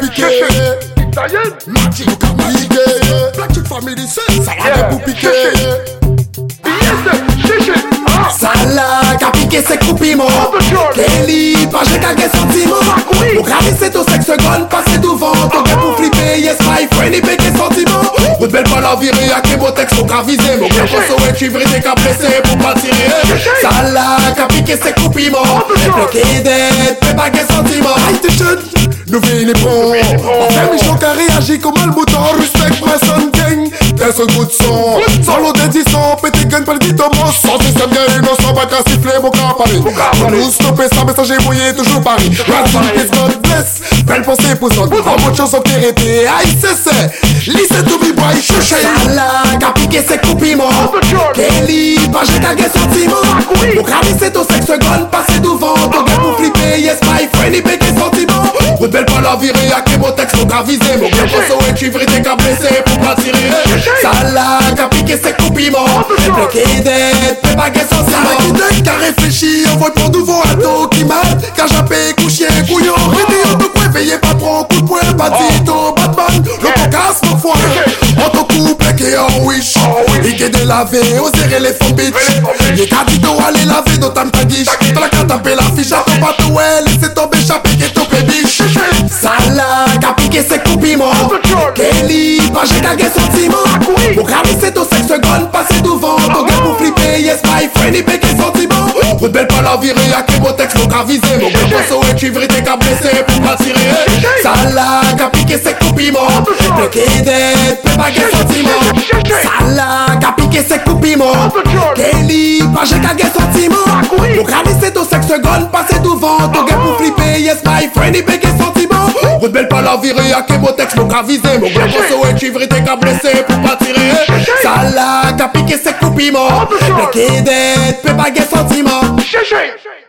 piquer. Italienne Magic, idée. Black family, c'est ça Yeah. pour piquer. Yes Chiche Ah Salak apike se koupi mo Attention. Deli, pa jè kage sentimo Sa kouri. Ou gravise to sek segon, pase douvan Toke pou flipe, yes my friend, i peke sentimo Ou bel pa la vire, ak e motek sou gravize Mo kè Chiche. poso e chivri, te ka prese pou patire Chiche. Salak apike se koupi mo Attention. Bloke det, pe bage sentimo Haïti chen, nou vini pon pon. Enfèm i chok a reagi koman l'mouton Respect my son gang, tè se gout son Gout son. Sans l'eau des 10 ans, pété gun, pas le dit au mot Sans système bien innocent, pas qu'un sifflet, mon campagne Mon cap à Pour Paris. nous stopper, ça messager mouillé, toujours Paris Rats in peace, God bless, belle pensée poussante En mode chanson qui était, aïe c'est c'est Lycée to be boy, chuché Salak, a piqué ses coupiments Attention. Kelly, pas j'ai cagué sentiment courir. Pour ravisser ton sexe gold, passer devant Tant que pour flipper, yes my friend, il pété sentiment Rebelle pas la virée, à que mon texte, faut graviser Mon gars, Chuché. poisson est cuivré, t'es qu'à blesser pour pas tirer Chuché. Salak, a piqué ses coupiments Attention. Bloqué d'être, fais pas sans ça Qui t'aide, qui a réfléchi, envoie pour nouveau à ton climat Car j'appelle couché, couillon, réveillé au coin Veillez pas prendre coup de poing, pas dit ton Batman Le Yeah. ton casse mon foie En ton couple qui est en wish En wish. Il est délavé, oser les fonds bitch Éléphant bitch. Il est capito, allez laver dans ta guiche Dans la carte, tapez la fiche, attends pas tout ouais Laissez tomber, chapé, qui est ton biche Salak, a piqué ses coupiments Attention. Kelly, pas j'ai cagué sentiment courir. pour ravisser ton sexe gold, passer devant Ton gars pour flipper, yes my friend, il pété sentiment Rebelle pas la virée, à que mon texte, faut graviser Mon gars poisson est cuivré, t'es qu'à blesser pour m'attirer Salak, a piqué ses compliments Bloqué d'être, peut pas guet sentiment Salak, a piqué ses compliments Kelly, pas j'ai qu'à guet sentiment Pour ravisser ton sexe gold, passer devant Ton gars pour flipper, yes my friend, il pété sentiment Rebelle pas la virée, à que mon texte, faut graviser Mon gars poisson est cuivré, t'es qu'à blesser pour m'attirer Salak, a piqué ses compliments Attention. Bloqué d'être, peut pas guet sentiment Chiche